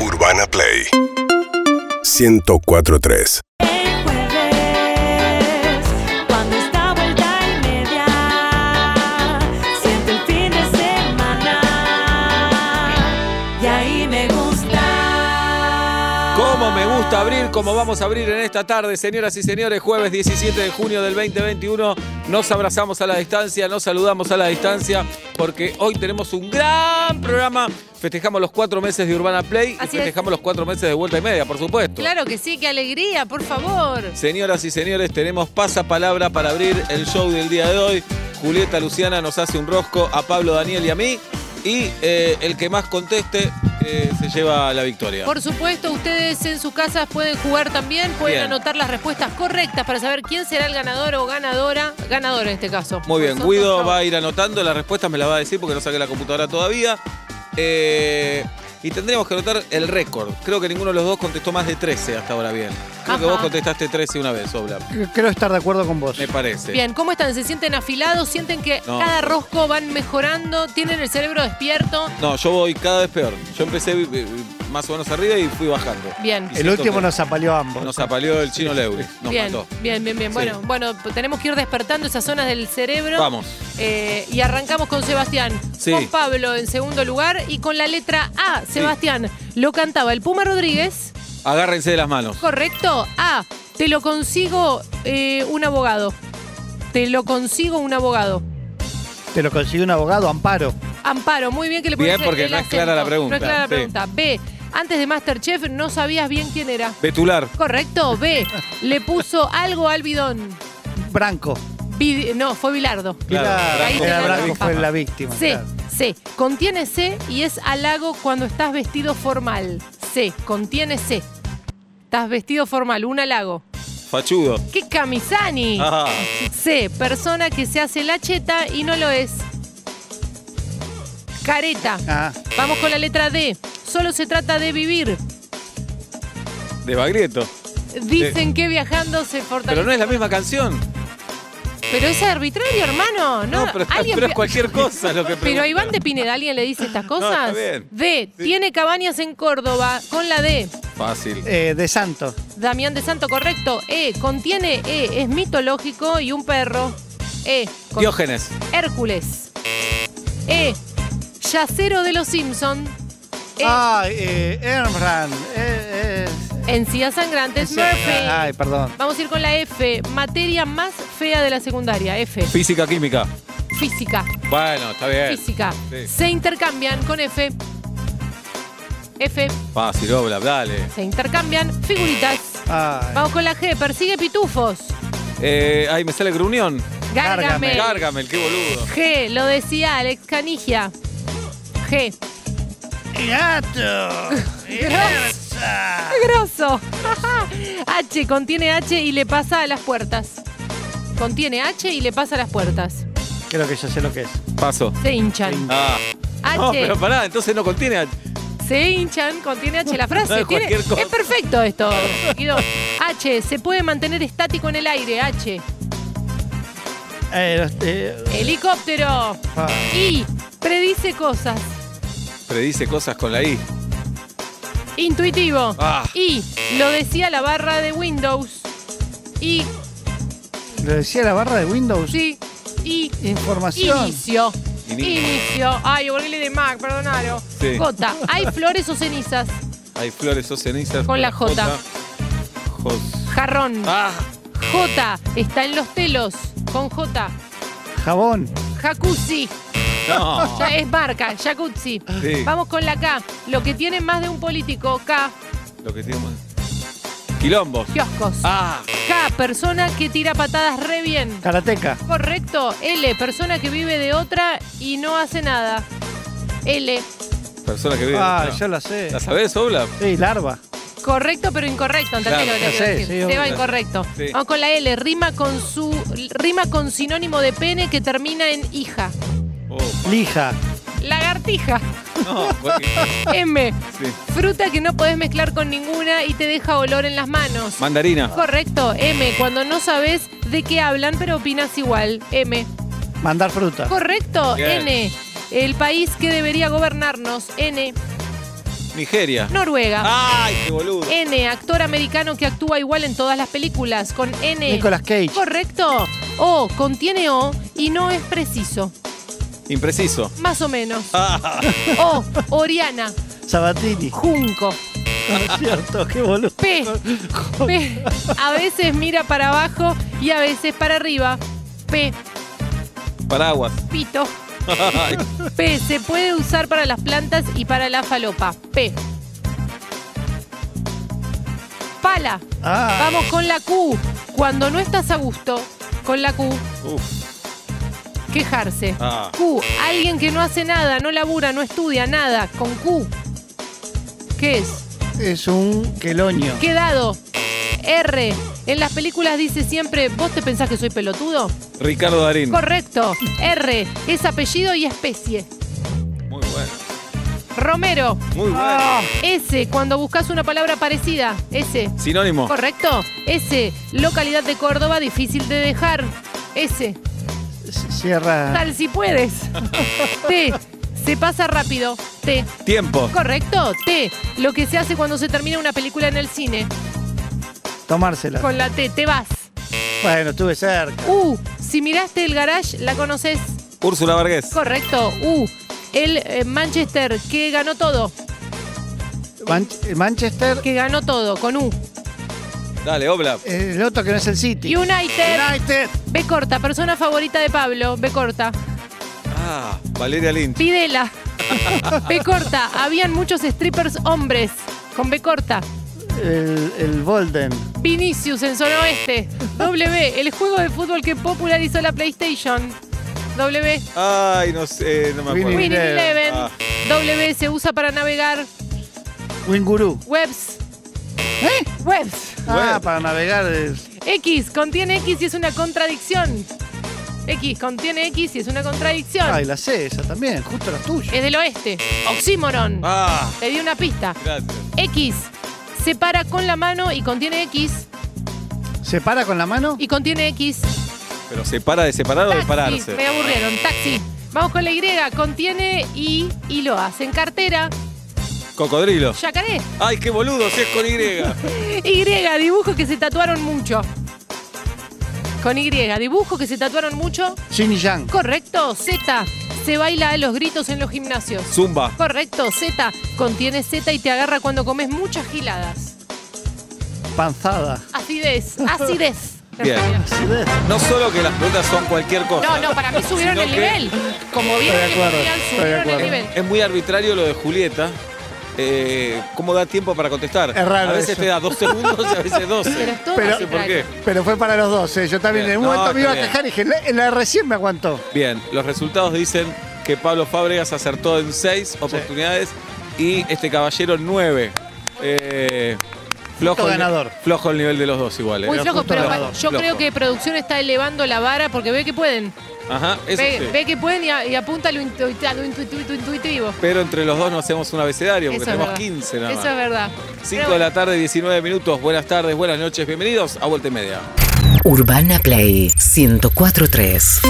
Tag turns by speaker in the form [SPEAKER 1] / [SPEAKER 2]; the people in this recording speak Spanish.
[SPEAKER 1] Urbana Play 1043
[SPEAKER 2] El jueves, cuando está vuelta y media, siento el fin de semana y ahí me gusta.
[SPEAKER 3] ¿Cómo me gusta abrir? ¿Cómo vamos a abrir en esta tarde, señoras y señores? Jueves 17 de junio del 2021. Nos abrazamos a la distancia, nos saludamos a la distancia, porque hoy tenemos un gran programa. Festejamos los cuatro meses de Urbana Play
[SPEAKER 4] Así
[SPEAKER 3] y
[SPEAKER 4] es.
[SPEAKER 3] festejamos los cuatro meses de Vuelta y Media, por supuesto.
[SPEAKER 4] Claro que sí, qué alegría, por favor.
[SPEAKER 3] Señoras y señores, tenemos pasapalabra para abrir el show del día de hoy. Julieta Luciana nos hace un rosco a Pablo Daniel y a mí. Y eh, el que más conteste eh, se lleva la victoria.
[SPEAKER 4] Por supuesto, ustedes en sus casas pueden jugar también, pueden
[SPEAKER 3] Bien.
[SPEAKER 4] anotar las respuestas correctas para saber quién será el ganador o ganadora, ganador en este caso.
[SPEAKER 3] Muy bien,
[SPEAKER 4] Nosotros
[SPEAKER 3] Guido
[SPEAKER 4] no.
[SPEAKER 3] va a ir anotando, las respuestas me las va a decir porque no saqué la computadora todavía. Eh, y tendríamos que anotar el récord. Creo que ninguno de los dos contestó más de 13 hasta ahora bien. Creo que
[SPEAKER 4] Ajá.
[SPEAKER 3] vos contestaste 13 una vez, Obla,
[SPEAKER 5] Creo estar de acuerdo con vos.
[SPEAKER 3] me parece.
[SPEAKER 4] Bien, ¿cómo están? ¿Se sienten afilados? ¿Sienten que
[SPEAKER 3] No.
[SPEAKER 4] cada rosco van mejorando? ¿Tienen el cerebro despierto?
[SPEAKER 3] No, yo voy cada vez peor. Yo empecé eh, eh, más o menos arriba y fui bajando.
[SPEAKER 4] Bien.
[SPEAKER 3] Y
[SPEAKER 5] El
[SPEAKER 3] siento
[SPEAKER 5] último
[SPEAKER 3] que
[SPEAKER 5] nos apaleó a ambos.
[SPEAKER 3] nos apaleó el chino Leuris. Nos
[SPEAKER 4] bien,
[SPEAKER 3] mató.
[SPEAKER 4] bien, bien, bien.
[SPEAKER 3] Sí.
[SPEAKER 4] Bueno, bueno, tenemos que ir despertando esas zonas del cerebro.
[SPEAKER 3] Vamos.
[SPEAKER 4] Eh, y arrancamos con Sebastián.
[SPEAKER 3] Sí.
[SPEAKER 4] Con Pablo en segundo lugar y con la letra A. Sebastián lo cantaba el Puma Rodríguez.
[SPEAKER 3] Agárrense de las manos.
[SPEAKER 4] Correcto. A. Te lo consigo eh, un abogado. Te lo consigo un abogado.
[SPEAKER 5] Te lo consiguió un abogado, Amparo.
[SPEAKER 4] Amparo, muy bien que le
[SPEAKER 3] Bien,
[SPEAKER 4] pusiste
[SPEAKER 3] porque
[SPEAKER 4] el
[SPEAKER 3] no es clara la
[SPEAKER 4] acento.
[SPEAKER 3] pregunta,
[SPEAKER 4] No es clara la
[SPEAKER 3] sí.
[SPEAKER 4] pregunta. B. Antes de Masterchef no sabías bien quién era.
[SPEAKER 3] Betular.
[SPEAKER 4] Correcto. B. le puso algo al bidón.
[SPEAKER 5] Branco.
[SPEAKER 4] Vid- no, fue Bilardo.
[SPEAKER 3] Claro,
[SPEAKER 5] Era-
[SPEAKER 4] Branco
[SPEAKER 5] era
[SPEAKER 4] fue la
[SPEAKER 5] Branco
[SPEAKER 4] víctima.
[SPEAKER 5] fue la víctima.
[SPEAKER 4] C,
[SPEAKER 5] claro.
[SPEAKER 4] C. Contiene C y es halago cuando estás vestido formal. C. Contiene C. Estás vestido formal, un halago.
[SPEAKER 3] Fachudo.
[SPEAKER 4] ¡Qué camisani!
[SPEAKER 3] Ah,
[SPEAKER 4] C. Persona que se hace la cheta y no lo es. Careta.
[SPEAKER 5] Ah,
[SPEAKER 4] Vamos con la letra D. Solo se trata de vivir.
[SPEAKER 3] de Bagrieto.
[SPEAKER 4] Dicen que viajando se fortalece.
[SPEAKER 3] Pero no es la misma canción.
[SPEAKER 4] Pero es arbitrario, hermano. No,
[SPEAKER 3] No, pero, está-
[SPEAKER 4] alguien
[SPEAKER 3] pero es
[SPEAKER 4] pi-
[SPEAKER 3] cualquier cosa lo que
[SPEAKER 4] Pero
[SPEAKER 3] pregunta.
[SPEAKER 4] a Iván de Pineda, ¿alguien le dice estas cosas?
[SPEAKER 3] bien.
[SPEAKER 4] D.
[SPEAKER 3] Sí.
[SPEAKER 4] Tiene cabañas en Córdoba. Con la D.
[SPEAKER 3] Fácil.
[SPEAKER 5] eh, de Santo.
[SPEAKER 4] Damián de Santo, correcto. E. Contiene E. Es mitológico y un perro. E. con-
[SPEAKER 3] Diógenes.
[SPEAKER 4] Hércules. E. Yacero de los Simpson. E.
[SPEAKER 5] Ah, eh, Ermran. Eh, eh,
[SPEAKER 4] Encías sangrantes.
[SPEAKER 5] ese-
[SPEAKER 4] Murphy.
[SPEAKER 5] Ay, perdón.
[SPEAKER 4] Vamos a ir con la F. Materia más fea de la secundaria. F.
[SPEAKER 3] Física, química.
[SPEAKER 4] Física.
[SPEAKER 3] Bueno, está
[SPEAKER 5] Eh,
[SPEAKER 3] bien.
[SPEAKER 4] Física.
[SPEAKER 3] Sí.
[SPEAKER 4] Se intercambian con F. F.
[SPEAKER 3] Fácil, obla, dale.
[SPEAKER 4] Se intercambian figuritas.
[SPEAKER 5] Ay.
[SPEAKER 4] Vamos con la G. Persigue pitufos.
[SPEAKER 3] Eh, ay, me sale gruñón.
[SPEAKER 4] Gárgame.
[SPEAKER 5] Gárgame.
[SPEAKER 3] Cárgame, el qué boludo.
[SPEAKER 4] G, lo decía Alex Canigia. G,
[SPEAKER 5] Gato. Elsa.
[SPEAKER 4] grosso. H, contiene H y le pasa a las puertas. Contiene H y le pasa a las puertas.
[SPEAKER 5] Creo que ya sé lo que es.
[SPEAKER 3] Paso.
[SPEAKER 4] Se hinchan.
[SPEAKER 3] Ah.
[SPEAKER 4] H,
[SPEAKER 3] No, pero pará, entonces no contiene. a-
[SPEAKER 4] se hinchan, contiene H la frase.
[SPEAKER 3] No, es
[SPEAKER 4] tiene-
[SPEAKER 3] cualquier cosa.
[SPEAKER 4] es perfecto esto. Guido. H, se puede mantener estático en el aire. H,
[SPEAKER 5] Eh, los- eh,
[SPEAKER 4] helicóptero.
[SPEAKER 5] ah,
[SPEAKER 4] I, predice cosas.
[SPEAKER 3] Predice cosas con la I.
[SPEAKER 4] Intuitivo.
[SPEAKER 3] Ah.
[SPEAKER 4] I, lo decía la barra de Windows. I,
[SPEAKER 5] lo decía la barra de Windows.
[SPEAKER 4] sí. I,
[SPEAKER 5] Información.
[SPEAKER 4] Inicio.
[SPEAKER 3] Ini-
[SPEAKER 4] Inicio. Ay, volvíle de Mac, perdonalo.
[SPEAKER 3] Sí.
[SPEAKER 4] Jota. ¿Hay flores o cenizas?
[SPEAKER 3] Hay flores o cenizas.
[SPEAKER 4] Con la J.
[SPEAKER 3] Jos.
[SPEAKER 4] Jarrón.
[SPEAKER 3] Ah,
[SPEAKER 4] Jota. Está en los telos. Con J.
[SPEAKER 5] Jabón.
[SPEAKER 4] Jacuzzi.
[SPEAKER 3] no.
[SPEAKER 4] Ya es marca. Jacuzzi.
[SPEAKER 3] Sí.
[SPEAKER 4] Vamos con la K. Lo que tiene más de un político. K.
[SPEAKER 3] Lo que tiene más. Quilombos.
[SPEAKER 4] Kioscos.
[SPEAKER 3] Ah,
[SPEAKER 4] K. Persona que tira patadas re bien.
[SPEAKER 5] Karateca.
[SPEAKER 4] Correcto. L. Persona que vive de otra y no hace nada. L.
[SPEAKER 3] persona que vive.
[SPEAKER 5] Ah,
[SPEAKER 3] No.
[SPEAKER 5] yo la sé.
[SPEAKER 3] ¿La sabés, obla?
[SPEAKER 5] Sí, larva.
[SPEAKER 4] Correcto, pero incorrecto, ¿entendés
[SPEAKER 3] Claro,
[SPEAKER 4] lo que te
[SPEAKER 5] ya
[SPEAKER 4] quiero
[SPEAKER 5] sé,
[SPEAKER 4] decir?
[SPEAKER 5] sí,
[SPEAKER 4] Seba,
[SPEAKER 5] obvio.
[SPEAKER 4] incorrecto.
[SPEAKER 3] Sí.
[SPEAKER 4] Vamos con la L, rima con su rima con sinónimo de pene que termina en hija.
[SPEAKER 3] Oh,
[SPEAKER 5] Lija.
[SPEAKER 4] Lagartija.
[SPEAKER 3] no, porque-
[SPEAKER 4] M.
[SPEAKER 3] sí.
[SPEAKER 4] Fruta que no podés mezclar con ninguna y te deja olor en las manos.
[SPEAKER 3] Mandarina.
[SPEAKER 4] Correcto. M. Cuando no sabes de qué hablan, pero opinas igual. M.
[SPEAKER 5] Mandar fruta.
[SPEAKER 4] Correcto.
[SPEAKER 3] Bien.
[SPEAKER 4] N. El país que debería gobernarnos. N.
[SPEAKER 3] Nigeria.
[SPEAKER 4] Noruega.
[SPEAKER 3] ¡Ay, qué boludo!
[SPEAKER 4] N, actor americano que actúa igual en todas las películas, con N.
[SPEAKER 5] Nicolas Cage.
[SPEAKER 4] Correcto. O, contiene O y no es preciso.
[SPEAKER 3] Impreciso.
[SPEAKER 4] Más o menos.
[SPEAKER 3] Ah,
[SPEAKER 4] O, Oriana,
[SPEAKER 5] Sabatini.
[SPEAKER 4] Junco.
[SPEAKER 5] No es cierto, qué boludo.
[SPEAKER 4] P. P. A veces mira para abajo y a veces para arriba. P.
[SPEAKER 3] paraguas.
[SPEAKER 4] Pito.
[SPEAKER 3] Ay,
[SPEAKER 4] P. Se puede usar para las plantas y para la falopa. P. Pala.
[SPEAKER 5] Ah,
[SPEAKER 4] Vamos con la Q. Cuando no estás a gusto, con la Q,
[SPEAKER 3] uf,
[SPEAKER 4] quejarse.
[SPEAKER 3] ah.
[SPEAKER 4] Q. Alguien que no hace nada, no labura, no estudia, nada. Con Q. ¿Qué es?
[SPEAKER 5] es un queloño.
[SPEAKER 4] Quedado. R. En las películas dice siempre, ¿vos te pensás que soy pelotudo?
[SPEAKER 3] Ricardo Darín.
[SPEAKER 4] Correcto. R. Es apellido y especie.
[SPEAKER 3] Muy bueno.
[SPEAKER 4] Romero.
[SPEAKER 3] Muy bueno.
[SPEAKER 4] Ah. S. Cuando buscas una palabra parecida. S.
[SPEAKER 3] Sinónimo.
[SPEAKER 4] Correcto. S. Localidad de Córdoba difícil de dejar. S.
[SPEAKER 5] Sierra.
[SPEAKER 4] Tal si puedes. T. Se pasa rápido. T.
[SPEAKER 3] Tiempo.
[SPEAKER 4] Correcto. T. Lo que se hace cuando se termina una película en el cine.
[SPEAKER 5] Tomársela.
[SPEAKER 4] Con la T. Te vas.
[SPEAKER 5] Bueno, estuve cerca.
[SPEAKER 4] U. Si miraste el garage, la conoces.
[SPEAKER 3] Úrsula Vargas.
[SPEAKER 4] Correcto. U. El eh, Manchester que ganó todo.
[SPEAKER 5] Manch- Manchester.
[SPEAKER 4] Que ganó todo. Con U.
[SPEAKER 3] Dale, obla.
[SPEAKER 5] El otro que no es el City.
[SPEAKER 4] United.
[SPEAKER 5] United.
[SPEAKER 4] B corta. Persona favorita de Pablo. B corta.
[SPEAKER 3] Ah, Valeria Lynch.
[SPEAKER 4] Pidela. B corta. Habían muchos strippers hombres. Con B corta.
[SPEAKER 5] El, el Bolden.
[SPEAKER 4] Vinicius en zona oeste. W. El juego de fútbol que popularizó la PlayStation. W.
[SPEAKER 3] Ay, no sé, no me acuerdo.
[SPEAKER 5] Winnie.
[SPEAKER 4] Winning Eleven.
[SPEAKER 3] Ah.
[SPEAKER 4] W se usa para navegar.
[SPEAKER 5] Winguru.
[SPEAKER 4] Webs.
[SPEAKER 5] ¿Eh?
[SPEAKER 4] Webs.
[SPEAKER 5] Ah,
[SPEAKER 3] Bueno.
[SPEAKER 5] para navegar. es-
[SPEAKER 4] X contiene X y es una contradicción. X contiene X y es una contradicción.
[SPEAKER 5] Ay, la C esa también, justo la tuya.
[SPEAKER 4] Es del oeste. Oxímoron.
[SPEAKER 3] Ah,
[SPEAKER 4] Te di una pista.
[SPEAKER 3] gracias.
[SPEAKER 4] X se para con la mano y contiene X
[SPEAKER 5] ¿Se para con la mano?
[SPEAKER 4] y contiene X.
[SPEAKER 3] Pero se para de separar o de
[SPEAKER 4] Taxi. Me
[SPEAKER 3] pararse.
[SPEAKER 4] aburrieron. Taxi. Vamos con la Y. Contiene Y y lo hace en cartera.
[SPEAKER 3] Cocodrilo.
[SPEAKER 4] Yacaré.
[SPEAKER 3] Ay, qué boludo, si es con Y.
[SPEAKER 4] Y, dibujo que se tatuaron mucho. Con Y, dibujo que se tatuaron mucho.
[SPEAKER 5] Jin y Yang.
[SPEAKER 4] Correcto. Z. Se baila a los gritos en los gimnasios.
[SPEAKER 3] Zumba.
[SPEAKER 4] Correcto, Z. Contiene Z y te agarra cuando comes muchas giladas.
[SPEAKER 5] Panzada.
[SPEAKER 4] Acidez, acidez.
[SPEAKER 3] Bien.
[SPEAKER 5] Acidez.
[SPEAKER 3] No solo que las preguntas son cualquier
[SPEAKER 4] No,
[SPEAKER 3] cosa.
[SPEAKER 4] no, para mí subieron
[SPEAKER 3] Sino
[SPEAKER 4] el
[SPEAKER 3] que-
[SPEAKER 4] nivel. Como bien
[SPEAKER 5] Estoy de acuerdo,
[SPEAKER 4] decían,
[SPEAKER 5] estoy de
[SPEAKER 4] subieron el
[SPEAKER 5] acuerdo.
[SPEAKER 4] nivel.
[SPEAKER 3] Es muy arbitrario lo de Julieta. Eh, ¿Cómo da tiempo para contestar?
[SPEAKER 5] Es raro
[SPEAKER 3] A veces
[SPEAKER 5] eso.
[SPEAKER 3] te da dos segundos y a veces
[SPEAKER 4] Pero
[SPEAKER 3] 12.
[SPEAKER 4] es todo
[SPEAKER 5] Pero-
[SPEAKER 3] No sé por qué.
[SPEAKER 4] arbitrario.
[SPEAKER 5] Pero fue para los dos, ¿eh? yo también
[SPEAKER 3] Bien.
[SPEAKER 5] en un
[SPEAKER 3] No,
[SPEAKER 5] momento me iba
[SPEAKER 3] está
[SPEAKER 5] a
[SPEAKER 3] bien.
[SPEAKER 5] quejar y dije, "La- en la recién me aguantó.
[SPEAKER 3] Bien, los resultados dicen que Pablo Fábregas acertó en seis oportunidades y este caballero en nueve. Eh, flojo,
[SPEAKER 5] Justo
[SPEAKER 3] el-
[SPEAKER 5] ganador.
[SPEAKER 3] flojo el nivel de los dos igual. eh.
[SPEAKER 4] Muy flojo,
[SPEAKER 5] justo
[SPEAKER 4] pero
[SPEAKER 5] los
[SPEAKER 4] pa-
[SPEAKER 5] dos,
[SPEAKER 4] yo
[SPEAKER 3] flojo.
[SPEAKER 4] creo que producción está elevando la vara porque ve que pueden.
[SPEAKER 3] Ajá, eso
[SPEAKER 4] Ve,
[SPEAKER 3] sí.
[SPEAKER 4] ve que pueden y, a- y apunta lo, intu- a lo intu- intu- intuitivo.
[SPEAKER 3] Pero entre los dos no hacemos un abecedario porque
[SPEAKER 4] Eso es
[SPEAKER 3] tenemos
[SPEAKER 4] verdad.
[SPEAKER 3] 15 nada
[SPEAKER 4] Eso
[SPEAKER 3] más.
[SPEAKER 4] es verdad.
[SPEAKER 3] 5 de la tarde, 19 minutos. Buenas tardes, buenas noches, bienvenidos a Vuelta y Media.
[SPEAKER 1] Urbana Play 1043.